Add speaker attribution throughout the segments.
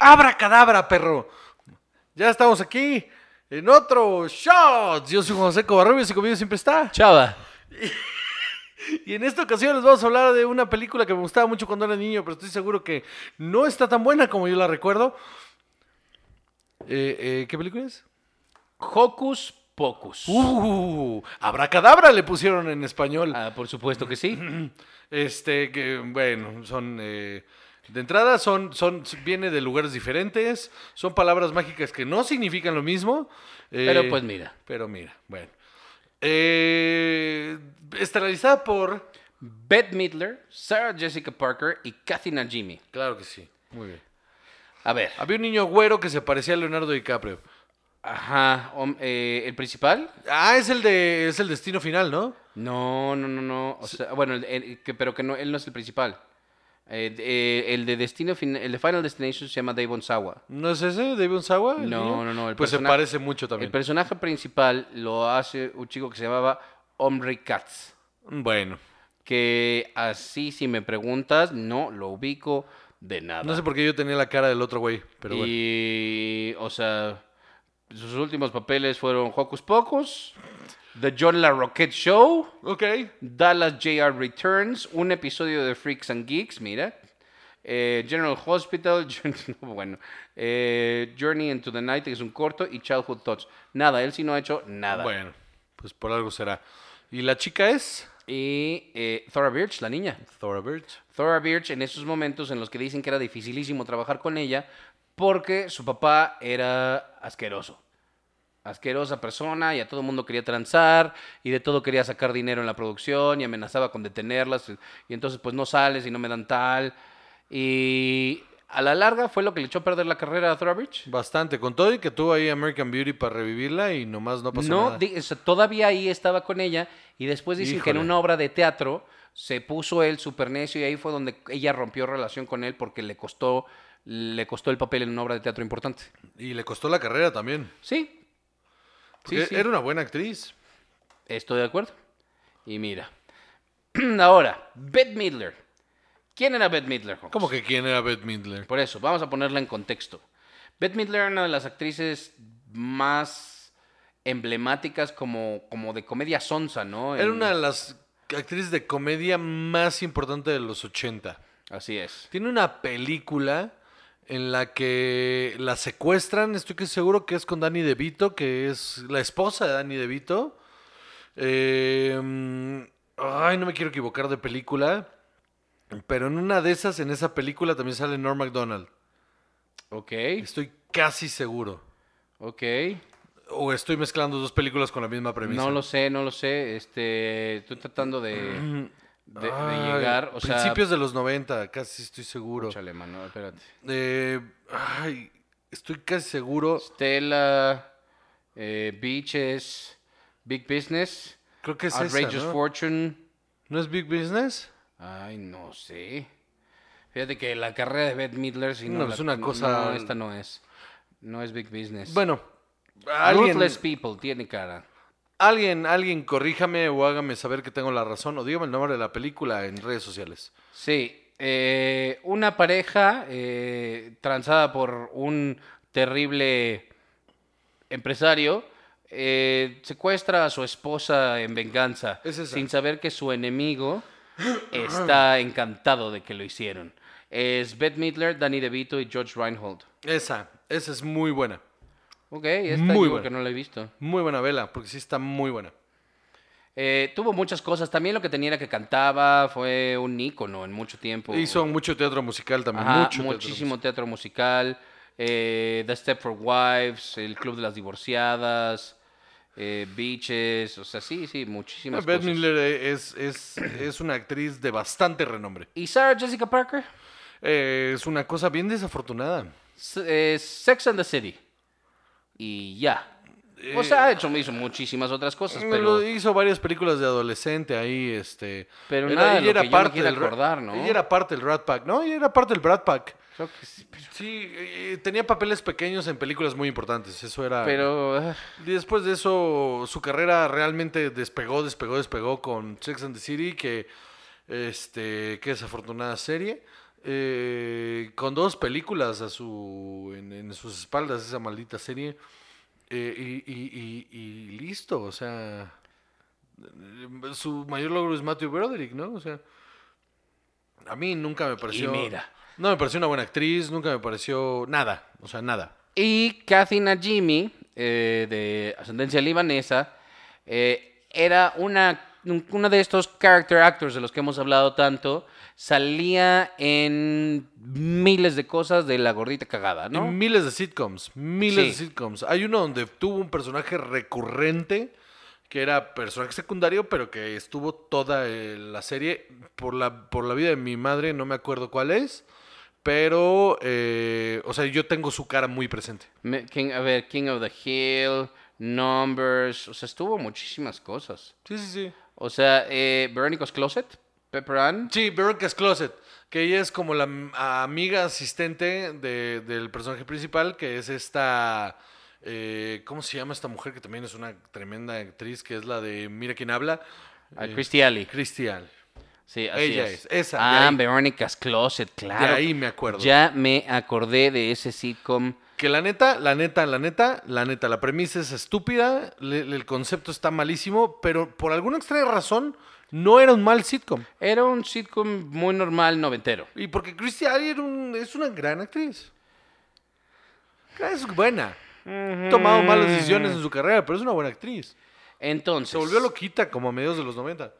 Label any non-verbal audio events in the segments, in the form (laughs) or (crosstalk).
Speaker 1: ¡Abra cadabra, perro! Ya estamos aquí en otro shot. Yo soy José Covarrubias y conmigo siempre está.
Speaker 2: Chava.
Speaker 1: Y en esta ocasión les vamos a hablar de una película que me gustaba mucho cuando era niño, pero estoy seguro que no está tan buena como yo la recuerdo. Eh, eh, ¿Qué película es?
Speaker 2: Hocus Pocus.
Speaker 1: ¡Uh! Abracadabra le pusieron en español.
Speaker 2: Ah, por supuesto que sí.
Speaker 1: Este, que bueno, son. eh, de entrada, son, son, viene de lugares diferentes, son palabras mágicas que no significan lo mismo. eh,
Speaker 2: Pero pues mira.
Speaker 1: Pero mira, bueno. Eh, estelarizada por.
Speaker 2: Bette Midler, Sarah Jessica Parker y Kathy Najimy.
Speaker 1: Claro que sí, muy bien.
Speaker 2: A ver.
Speaker 1: Había un niño güero que se parecía a Leonardo DiCaprio.
Speaker 2: Ajá. hom- eh, ¿El principal?
Speaker 1: Ah, es el de es el destino final, ¿no?
Speaker 2: No, no, no, no. O sea, bueno, el- el- que- pero que no, él no es el principal. Eh, de- eh, el de Destino Fin- el de Final Destination se llama Dave Sawa.
Speaker 1: ¿No es ese? ¿David Sawa? el
Speaker 2: No,
Speaker 1: niño?
Speaker 2: no, no, el
Speaker 1: pues se
Speaker 2: personaje-
Speaker 1: parece mucho
Speaker 2: El
Speaker 1: también.
Speaker 2: personaje principal lo hace un chico que se llamaba Omri Katz.
Speaker 1: Bueno,
Speaker 2: Que así, si me preguntas, no lo ubico de nada.
Speaker 1: no sé por qué yo tenía la cara del otro güey, pero bueno.
Speaker 2: y, o sea, sus últimos papeles fueron Hocus Pocus, The John La Rocket Show,
Speaker 1: Ok.
Speaker 2: Dallas JR Returns, un episodio de Freaks and Geeks, mira. eh, General Hospital, (laughs) Jour- bueno, eh, Journey into the Night, que es un corto, y Childhood Thoughts. Nada, él sí no ha hecho nada.
Speaker 1: Bueno, pues por algo será. ¿Y la chica es?
Speaker 2: Y eh, Thora Birch, la niña.
Speaker 1: Thora Birch.
Speaker 2: Thora Birch en esos momentos en los que dicen que era dificilísimo trabajar con ella porque su papá era asqueroso. Asquerosa persona y a todo el mundo quería transar y de todo quería sacar dinero en la producción y amenazaba con detenerlas y entonces pues no sales y no me dan tal. Y a la larga fue lo que le echó a perder la carrera a Thora Birch.
Speaker 1: Bastante. Con todo y que tuvo ahí American Beauty para revivirla y nomás no pasó
Speaker 2: no,
Speaker 1: nada.
Speaker 2: di- o sea, todavía ahí estaba con ella y después dicen que en
Speaker 1: Híjole.
Speaker 2: una obra de teatro se puso él súper necio y ahí fue donde ella rompió relación con él porque le costó, le costó el papel en una obra de teatro importante.
Speaker 1: Y le costó la carrera también.
Speaker 2: Sí. Sí,
Speaker 1: Porque
Speaker 2: sí.
Speaker 1: Era una buena actriz.
Speaker 2: Estoy de acuerdo. Y mira. (clears throat) Ahora, Bette Midler. ¿Quién era Bette Midler? Hawks?
Speaker 1: ¿Cómo que quién era Bette Midler?
Speaker 2: Por eso, vamos a ponerla en contexto. Bette Midler era una de las actrices más emblemáticas como, como de comedia sonsa, ¿no?
Speaker 1: Era
Speaker 2: En-
Speaker 1: una de las actrices de comedia más importante de los 80.
Speaker 2: Así es.
Speaker 1: Tiene una película en la que la secuestran, estoy que seguro que es con Danny DeVito, que es la esposa de Danny DeVito. Eh, mm, ay, no me quiero equivocar de película. Pero en una de esas, en esa película también sale Norm MacDonald.
Speaker 2: Ok,
Speaker 1: Estoy casi seguro.
Speaker 2: ok.
Speaker 1: O estoy mezclando dos películas con la misma premisa.
Speaker 2: No lo sé, no lo sé. Este, estoy tratando
Speaker 1: (clears throat)
Speaker 2: de, de- de
Speaker 1: Ay,
Speaker 2: llegar. O sea,
Speaker 1: Ah, principios de los 90, casi estoy seguro.
Speaker 2: Chale, mano, espérate.
Speaker 1: Eh, ay, estoy casi seguro.
Speaker 2: Stella, eh, Beaches, Big Business,
Speaker 1: Creo que es esa,
Speaker 2: Outrageous
Speaker 1: ¿no?
Speaker 2: Fortune.
Speaker 1: ¿No es Big Business?
Speaker 2: Ay, no sé. Fíjate que la carrera de Beth Midler, si no,
Speaker 1: No, es
Speaker 2: la-
Speaker 1: una cosa-
Speaker 2: no, esta no es. No es Big Business.
Speaker 1: Bueno, alguien,
Speaker 2: Ruthless People tiene cara.
Speaker 1: alguien, alguien, corríjame o hágame saber que tengo la razón o dígame el nombre de la película en redes sociales.
Speaker 2: Sí, eh, una pareja eh, transada por un terrible empresario eh, secuestra a su esposa en venganza,
Speaker 1: Es esa.
Speaker 2: sin saber que
Speaker 1: (clears throat)
Speaker 2: su enemigo está encantado de que lo hicieron. Es Beth Midler, Danny DeVito y George Reinhold.
Speaker 1: Esa, esa es muy buena.
Speaker 2: Ok, esta
Speaker 1: Muy
Speaker 2: yo
Speaker 1: buena.
Speaker 2: que no la he visto.
Speaker 1: Muy buena vela, porque sí está muy buena.
Speaker 2: Eh, tuvo muchas cosas. También lo que tenía era que cantaba, fue un ícono en mucho tiempo.
Speaker 1: Hizo mucho teatro musical también.
Speaker 2: Ajá,
Speaker 1: mucho teatro
Speaker 2: muchísimo teatro musical, eh, The Stepford Wives, El Club de las Divorciadas, eh, Beaches, o sea, sí, sí,
Speaker 1: musical.
Speaker 2: muchísimas
Speaker 1: Eh, Bette
Speaker 2: cosas.
Speaker 1: Midler es, es, es una actriz de bastante renombre.
Speaker 2: ¿Y Sarah Jessica Parker?
Speaker 1: Eh, es una cosa bien desafortunada.
Speaker 2: S- eh, Sex and the City. Y ya. O sea, ha hecho, hizo muchísimas otras cosas, pero...
Speaker 1: Eh, Lo hizo varias películas de adolescente ahí, este.
Speaker 2: Pero nada de lo que yo me quiera
Speaker 1: Ra-
Speaker 2: acordar, ¿no?
Speaker 1: Ella era parte del Rat Pack, ¿no? Ella era parte del Rat Pack.
Speaker 2: creo que sí, pero-
Speaker 1: Sí, eh, tenía papeles pequeños en películas muy importantes. Eso era.
Speaker 2: pero, ah,
Speaker 1: Y Después de eso, su carrera realmente despegó, despegó, despegó con Sex and the City, que Este, qué desafortunada serie. Eh, con dos películas a su, en, en sus espaldas, esa maldita serie. Eh, y, y- y- y listo, o sea. Su mayor logro es Matthew Broderick, ¿no? O sea. A mí nunca me pareció.
Speaker 2: mira.
Speaker 1: No me pareció una buena actriz, nunca me pareció nada, o sea, nada.
Speaker 2: Y Kathy Najimy, eh, de ascendencia libanesa, eh, era una, un- uno de estos character actors de los que hemos hablado tanto. Salía en miles de cosas de la gordita cagada,
Speaker 1: Y
Speaker 2: ¿no?
Speaker 1: miles de sitcoms, miles
Speaker 2: Sí.
Speaker 1: de sitcoms. Hay uno donde tuvo un personaje recurrente que era personaje secundario, pero que estuvo toda eh, la serie por la por la vida de mi madre, no me acuerdo cuál es, pero eh, o sea, yo tengo su cara muy presente.
Speaker 2: Me- King, a ver, King of the Hill, Numbers, o sea, estuvo muchísimas cosas.
Speaker 1: Sí, sí, sí.
Speaker 2: O sea, eh, Veronica's Closet, Pepper Ann.
Speaker 1: Sí, Veronica's Closet, que ella es como la am- amiga asistente de- del personaje principal, que es esta. eh, ¿Cómo se llama esta mujer que también es una tremenda actriz, que es la de Mira quién habla?
Speaker 2: a
Speaker 1: Eh,
Speaker 2: Christy Alley.
Speaker 1: Cristian.
Speaker 2: Sí, así
Speaker 1: ella
Speaker 2: es.
Speaker 1: es, esa, de
Speaker 2: Ah,
Speaker 1: ahí.
Speaker 2: Veronica's Closet, claro.
Speaker 1: De ahí me acuerdo.
Speaker 2: Ya me acordé de ese sitcom.
Speaker 1: Que la neta, la neta, la neta, la neta, la premisa es estúpida, le- le- el concepto está malísimo, pero por alguna extraña razón no era un mal sitcom.
Speaker 2: Era un sitcom muy normal noventero.
Speaker 1: Y porque Christy Alley era un- es una gran actriz. Es buena. Ha tomado malas decisiones en su carrera, pero es una buena actriz.
Speaker 2: Entonces,
Speaker 1: Se volvió loquita como a mediados de los 90.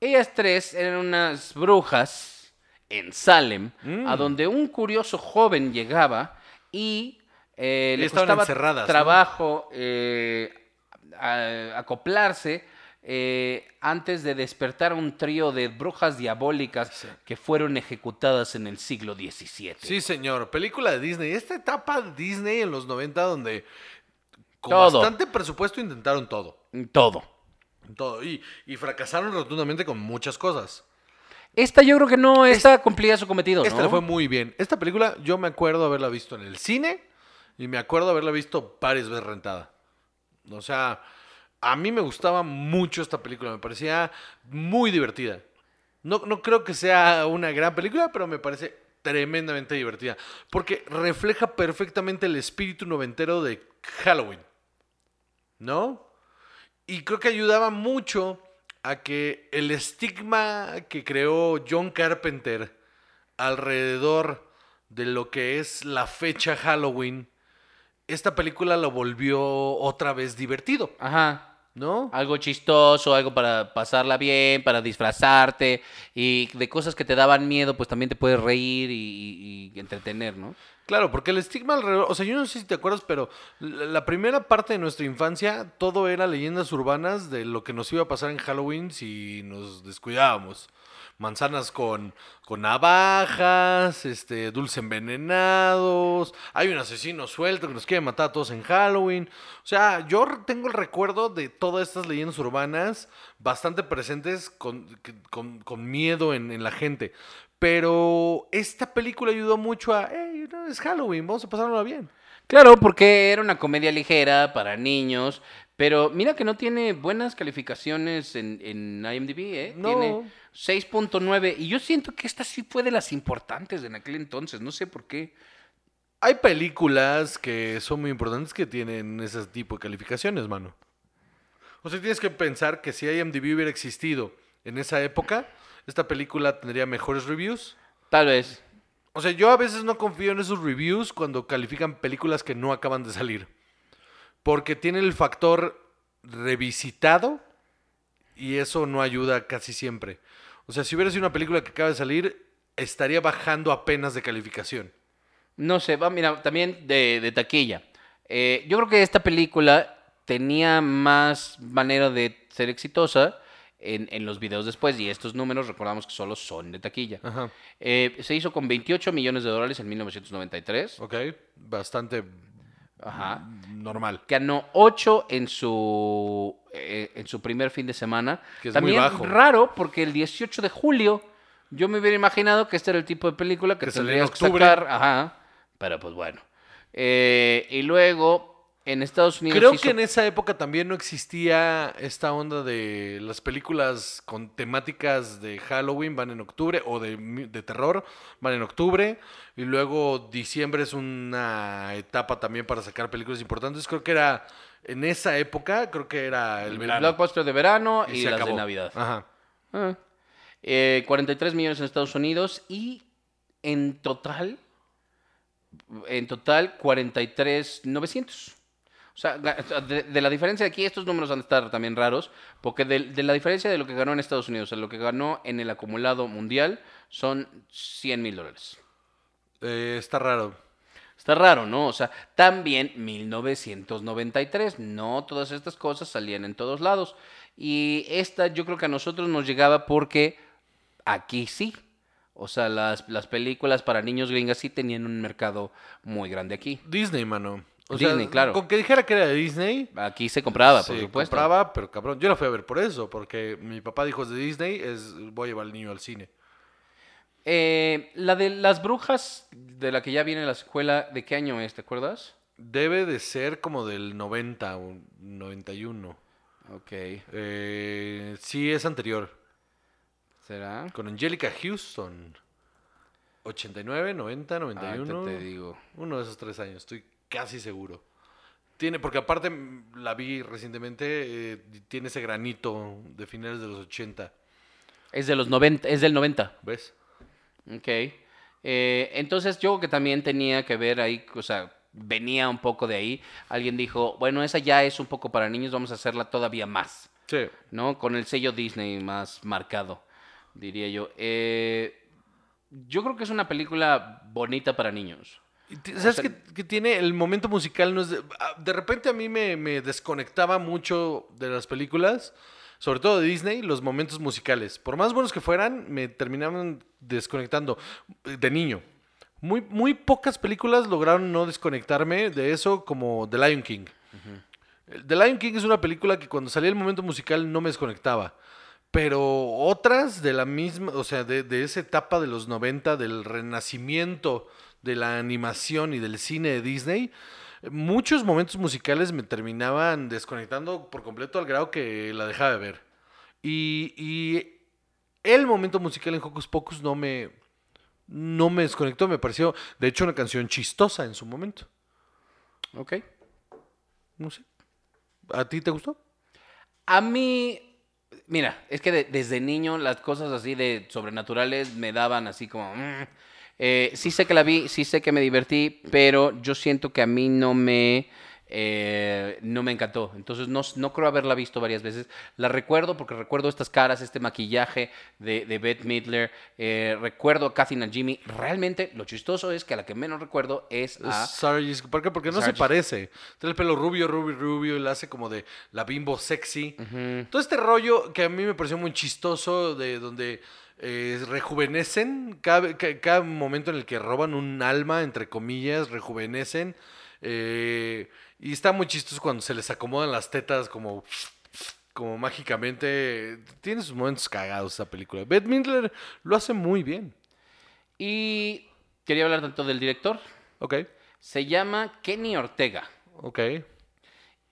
Speaker 2: ellas tres eran unas brujas en Salem,
Speaker 1: Mm.
Speaker 2: a donde un curioso joven llegaba y eh,
Speaker 1: Y
Speaker 2: le
Speaker 1: estaban
Speaker 2: costaba
Speaker 1: encerradas, ¿no?
Speaker 2: trabajo eh, a- acoplarse eh, antes de despertar un trío de brujas diabólicas que fueron ejecutadas en el siglo XVII.
Speaker 1: Sí, señor. Película de Disney. Esta etapa de Disney en los 90 donde con
Speaker 2: Todo.
Speaker 1: bastante presupuesto intentaron todo.
Speaker 2: Todo.
Speaker 1: Todo. Y, y fracasaron rotundamente con muchas cosas.
Speaker 2: Esta yo creo que no, esta cumplía su cometido,
Speaker 1: Esta
Speaker 2: ¿no?
Speaker 1: le fue muy bien. Esta película yo me acuerdo haberla visto en el cine y me acuerdo haberla visto varias veces rentada. O sea, a mí me gustaba mucho esta película, me parecía muy divertida. No, no creo que sea una gran película, pero me parece tremendamente divertida. Porque refleja perfectamente el espíritu noventero de Halloween. ¿No? Y creo que ayudaba mucho a que el estigma que creó John Carpenter alrededor de lo que es la fecha Halloween, esta película lo volvió otra vez divertido,
Speaker 2: Ajá.
Speaker 1: ¿no?
Speaker 2: Algo chistoso, algo para pasarla bien, para disfrazarte y de cosas que te daban miedo, pues también te puedes reír y, y- y entretener, ¿no?
Speaker 1: Claro, porque el estigma alrededor, o sea, yo no sé si te acuerdas, pero la la primera parte de nuestra infancia todo era leyendas urbanas de lo que nos iba a pasar en Halloween si nos descuidábamos. Manzanas con, con navajas, este, dulce envenenados, hay un asesino suelto que nos quiere matar a todos en Halloween. O sea, yo re- tengo el recuerdo de todas estas leyendas urbanas bastante presentes con, que- con- con miedo en, en la gente. Pero esta película ayudó mucho a, hey, no, es Halloween, vamos a pasárnosla bien.
Speaker 2: Claro, porque era una comedia ligera para niños, pero mira que no tiene buenas calificaciones en, en IMDb, ¿eh?
Speaker 1: No.
Speaker 2: Tiene 6.9 y yo siento que esta sí fue de las importantes en aquel entonces, no sé por qué.
Speaker 1: Hay películas que son muy importantes que tienen ese tipo de calificaciones, mano. O sea, tienes que pensar que si IMDb hubiera existido en esa época, esta película tendría mejores reviews.
Speaker 2: Tal vez.
Speaker 1: O sea, yo a veces no confío en esos reviews cuando califican películas que no acaban de salir. Porque tiene el factor revisitado y eso no ayuda casi siempre. O sea, si hubiera sido una película que acaba de salir, estaría bajando apenas de calificación.
Speaker 2: No sé, va, mira, también de, de taquilla. Eh, yo creo que esta película tenía más manera de ser exitosa en, en los videos después, y estos números recordamos que solo son de taquilla.
Speaker 1: Ajá.
Speaker 2: Eh, se hizo con 28 millones de dólares en 1993.
Speaker 1: Ok, bastante
Speaker 2: Ajá.
Speaker 1: normal.
Speaker 2: Ganó 8 en su, eh, en su primer fin de semana.
Speaker 1: Que es muy
Speaker 2: También
Speaker 1: bajo.
Speaker 2: raro, porque el 18 de julio yo me hubiera imaginado que este era el tipo de película que,
Speaker 1: Que salía en
Speaker 2: tendrías que
Speaker 1: octubre.
Speaker 2: sacar. Ajá. Pero pues bueno. Eh, y luego En Estados Unidos.
Speaker 1: Creo
Speaker 2: hizo-
Speaker 1: que en esa época también no existía esta onda de las películas con temáticas de Halloween van en octubre o de, mi- de terror van en octubre y luego diciembre es una etapa también para sacar películas importantes. Creo que era en esa época, creo que era el
Speaker 2: el
Speaker 1: verano
Speaker 2: blockbuster de verano y,
Speaker 1: se
Speaker 2: las
Speaker 1: acabó.
Speaker 2: de Navidad.
Speaker 1: Ajá.
Speaker 2: Ah. Eh, 43 millones en Estados Unidos y en total, en total 43, 900. O sea, ga- de, de la diferencia de aquí, estos números han de estar también raros, porque de, de la diferencia de lo que ganó en Estados Unidos a lo que ganó en el acumulado mundial son 100 mil dólares.
Speaker 1: Eh, está raro.
Speaker 2: Está raro, ¿no? O sea, también 1993, no todas estas cosas salían en todos lados. Y esta yo creo que a nosotros nos llegaba porque aquí sí. O sea, las, las películas para niños gringas sí tenían un mercado muy grande aquí.
Speaker 1: Disney, mano.
Speaker 2: Disney, claro.
Speaker 1: Con que dijera que era de Disney,
Speaker 2: Aquí se compraba, por
Speaker 1: se
Speaker 2: supuesto.
Speaker 1: compraba, pero cabrón. Yo la fui a ver por eso, porque mi papá dijo es de Disney, es voy a llevar al niño al cine.
Speaker 2: Eh, la de las brujas, de la que ya viene la escuela, ¿de qué año es? ¿Te acuerdas?
Speaker 1: Debe de ser como del 90 o 91.
Speaker 2: Ok.
Speaker 1: Eh, sí, es anterior.
Speaker 2: ¿Será?
Speaker 1: Con Angelica Houston. 89, 90,
Speaker 2: Ah, Ahorita
Speaker 1: 91.
Speaker 2: te digo.
Speaker 1: Uno de esos tres años, estoy casi seguro. Tiene, porque aparte mm, la vi recientemente, eh, tiene ese granito de finales de los 80.
Speaker 2: Es de los 90, es del 90.
Speaker 1: ¿Ves?
Speaker 2: Ok. Eh, entonces yo creo que también tenía que ver ahí, o sea, venía un poco de ahí. Alguien dijo, bueno, esa ya es un poco para niños, vamos a hacerla todavía más,
Speaker 1: Sí.
Speaker 2: ¿no? Con el sello Disney más marcado, diría yo. Eh, yo creo que es una película bonita para niños.
Speaker 1: Y ti- ¿Sabes
Speaker 2: sea-
Speaker 1: que, que tiene el momento musical? No es de, ah, de repente a mí me, me desconectaba mucho de las películas, sobre todo de Disney, los momentos musicales. Por más buenos que fueran, me terminaban desconectando eh, de niño. Muy, muy pocas películas lograron no desconectarme de eso como The Lion King. El The Lion King es una película que cuando salía el momento musical no me desconectaba. Pero otras de la misma, o sea, de, de esa etapa de los 90, del renacimiento de la animación y del cine de Disney, muchos momentos musicales me terminaban desconectando por completo al grado que la dejaba de ver. Y, y el momento musical en Hocus Pocus no me, no me desconectó, me pareció, de hecho, una canción chistosa en su momento.
Speaker 2: Ok.
Speaker 1: No sé. ¿A ti te gustó?
Speaker 2: A mí, mira, es que de- desde niño las cosas así de sobrenaturales me daban así como... mm. Eh, sí sé que la vi, sí sé que me divertí, pero yo siento que a mí no me... eh, no me encantó, entonces no, no creo haberla visto varias veces. La recuerdo porque recuerdo estas caras, este maquillaje de, de Bette Midler. eh, recuerdo a Kathy Najimy. Realmente lo chistoso es que a la que menos recuerdo es a
Speaker 1: Sarah Jessica Parker, porque no
Speaker 2: Sarah
Speaker 1: se
Speaker 2: Jessica-
Speaker 1: parece. Tiene el pelo rubio, rubio, rubio, y la hace como de la bimbo sexy. Todo este rollo que a mí me pareció muy chistoso, de donde eh, rejuvenecen, cada, ca- cada momento en el que roban un alma, entre comillas, rejuvenecen. eh, y está muy chistoso cuando se les acomodan las tetas como, como mágicamente. Tiene sus momentos cagados esa película. Beth Midler lo hace muy bien.
Speaker 2: Y quería hablar tanto del director.
Speaker 1: Ok,
Speaker 2: Se llama Kenny Ortega.
Speaker 1: ok.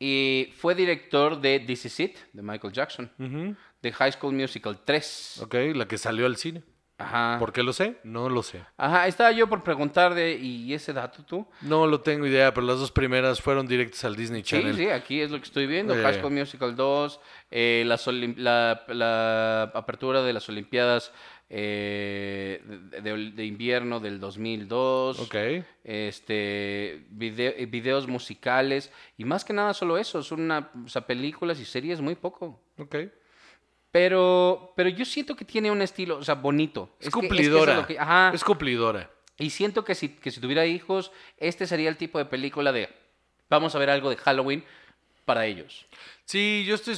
Speaker 2: Y fue director de This Is It, de Michael Jackson,
Speaker 1: ujú,
Speaker 2: de High School Musical 3.
Speaker 1: Ok, la que salió al cine.
Speaker 2: Ajá.
Speaker 1: ¿Por qué lo sé? No lo sé.
Speaker 2: Ajá, estaba yo por preguntar de, ¿y ese dato tú?
Speaker 1: No lo tengo idea, pero las dos primeras fueron directas al Disney Channel.
Speaker 2: Sí, sí, aquí es lo que estoy viendo.
Speaker 1: Eh.
Speaker 2: High School Musical 2, eh, las olim- la, la apertura de las Olimpiadas eh, de, de- de invierno del 2002.
Speaker 1: Ok.
Speaker 2: este video- eh, videos musicales y más que nada solo eso, son una, o sea, películas y series muy poco.
Speaker 1: Ok.
Speaker 2: Pero, pero yo siento que tiene un estilo, o sea, bonito.
Speaker 1: Es,
Speaker 2: que- que eso
Speaker 1: cumplidora.
Speaker 2: lo que- ajá.
Speaker 1: Es cumplidora.
Speaker 2: Y siento que si, que si tuviera hijos, este sería el tipo de película de vamos a ver algo de Halloween para ellos.
Speaker 1: Sí, yo estoy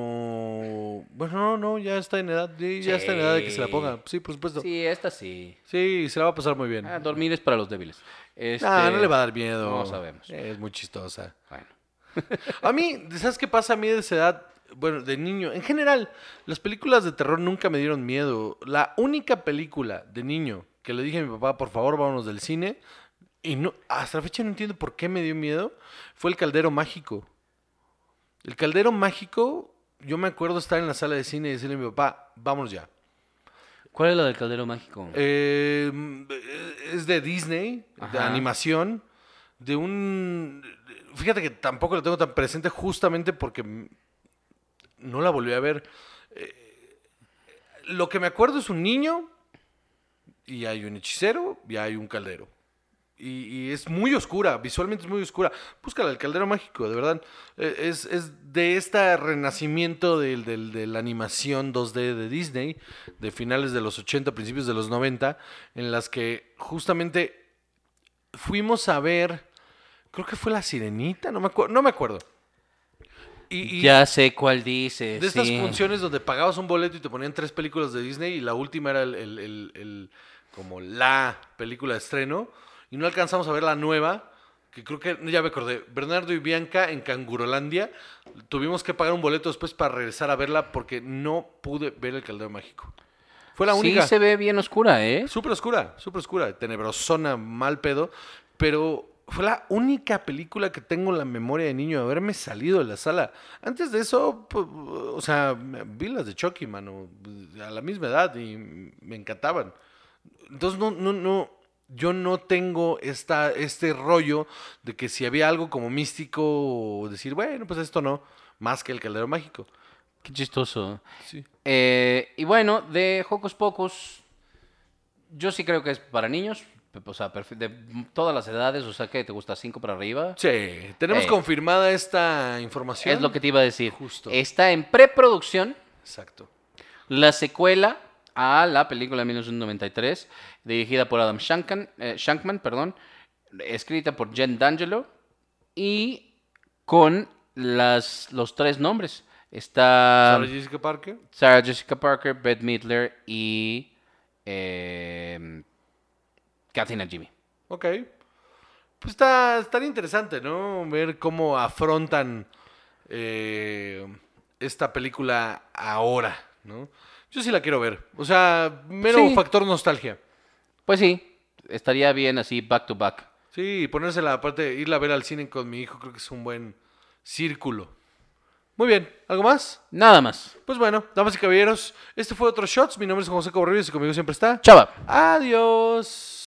Speaker 1: esperando. Bueno, no, no, ya está en edad. sí, Ya está en edad de que se la ponga. Sí, por supuesto. Sí,
Speaker 2: Sí, esta sí.
Speaker 1: se la va a pasar muy bien.
Speaker 2: Ah, dormir es para los débiles. Este,
Speaker 1: Ah, No, no le va a dar miedo.
Speaker 2: no sabemos.
Speaker 1: Es muy chistosa.
Speaker 2: Bueno.
Speaker 1: (laughs) A mí, ¿sabes qué pasa a mí de esa edad? Bueno, de niño. En general, las películas de terror nunca me dieron miedo. La única película de niño que le dije a mi papá, por favor, vámonos del cine, y no, hasta la fecha no entiendo por qué me dio miedo, fue el caldero mágico. El caldero mágico, yo me acuerdo estar en la sala de cine y decirle a mi papá, vamos ya.
Speaker 2: ¿Cuál es la del caldero mágico?
Speaker 1: Eh, es de Disney, de
Speaker 2: Ajá.
Speaker 1: animación, de un... Fíjate que tampoco lo tengo tan presente justamente porque m- no la volví a ver. Eh, lo que me acuerdo es un niño y hay un hechicero y hay un caldero. Y, y es muy oscura, visualmente es muy oscura. Búscala, el caldero mágico, de verdad. Eh, Es, es de este renacimiento del- del- de la animación 2D de Disney, de finales de los 80, principios de los 90, en las que justamente fuimos a ver, creo que fue La Sirenita, no me, acuerdo no me acuerdo. Y, y-
Speaker 2: ya sé cuál dices.
Speaker 1: de estas
Speaker 2: sí.
Speaker 1: funciones donde pagabas un boleto y te ponían tres películas de Disney y la última era el, el- el- el- como la película de estreno y no alcanzamos a ver la nueva, que creo que, ya me acordé, Bernardo y Bianca en Cangurolandia, tuvimos que pagar un boleto después para regresar a verla porque no pude ver el Caldero Mágico. Fue la única.
Speaker 2: Sí, se ve bien oscura, ¿eh?
Speaker 1: Súper oscura, súper oscura, tenebrosona, mal pedo, pero fue la única película que tengo en la memoria de niño de haberme salido de la sala. Antes de eso, pu- o sea, me- vi las de Chucky, mano, a la misma edad y me encantaban. Entonces, no, no, no, yo no tengo esta, este rollo de que si había algo como místico, o decir, bueno, pues esto no, más que el caldero mágico.
Speaker 2: Qué chistoso.
Speaker 1: Sí.
Speaker 2: Eh, y bueno, de Hocus Pocus, yo sí creo que es para niños. pe- O sea, perfe- de todas las edades, o sea, que te gusta 5 para arriba.
Speaker 1: Sí, tenemos
Speaker 2: Eh.
Speaker 1: confirmada esta información.
Speaker 2: Es lo que te iba a decir.
Speaker 1: Justo.
Speaker 2: Está en preproducción
Speaker 1: Exacto.
Speaker 2: la secuela a la película de 1993, dirigida por Adam Shankman, eh, Shankman, perdón, escrita por Jen D'Angelo y con las, los tres nombres. Está
Speaker 1: Sarah Jessica Parker.
Speaker 2: Sarah Jessica Parker, Bette Midler y eh, Katina Jimmy.
Speaker 1: Ok. Pues está, está interesante, ¿no? Ver cómo afrontan eh, esta película ahora, ¿no? Yo sí la quiero ver. O sea, mero
Speaker 2: Sí.
Speaker 1: factor nostalgia.
Speaker 2: Pues sí, estaría bien así back to back.
Speaker 1: Sí, ponérsela aparte, irla a ver al cine con mi hijo, creo que es un buen círculo. Muy bien, ¿algo más?
Speaker 2: Nada más.
Speaker 1: Pues bueno, damas y caballeros, este fue otro Shots. Mi nombre es José Cobarrillos y conmigo siempre está.
Speaker 2: Chava.
Speaker 1: Adiós.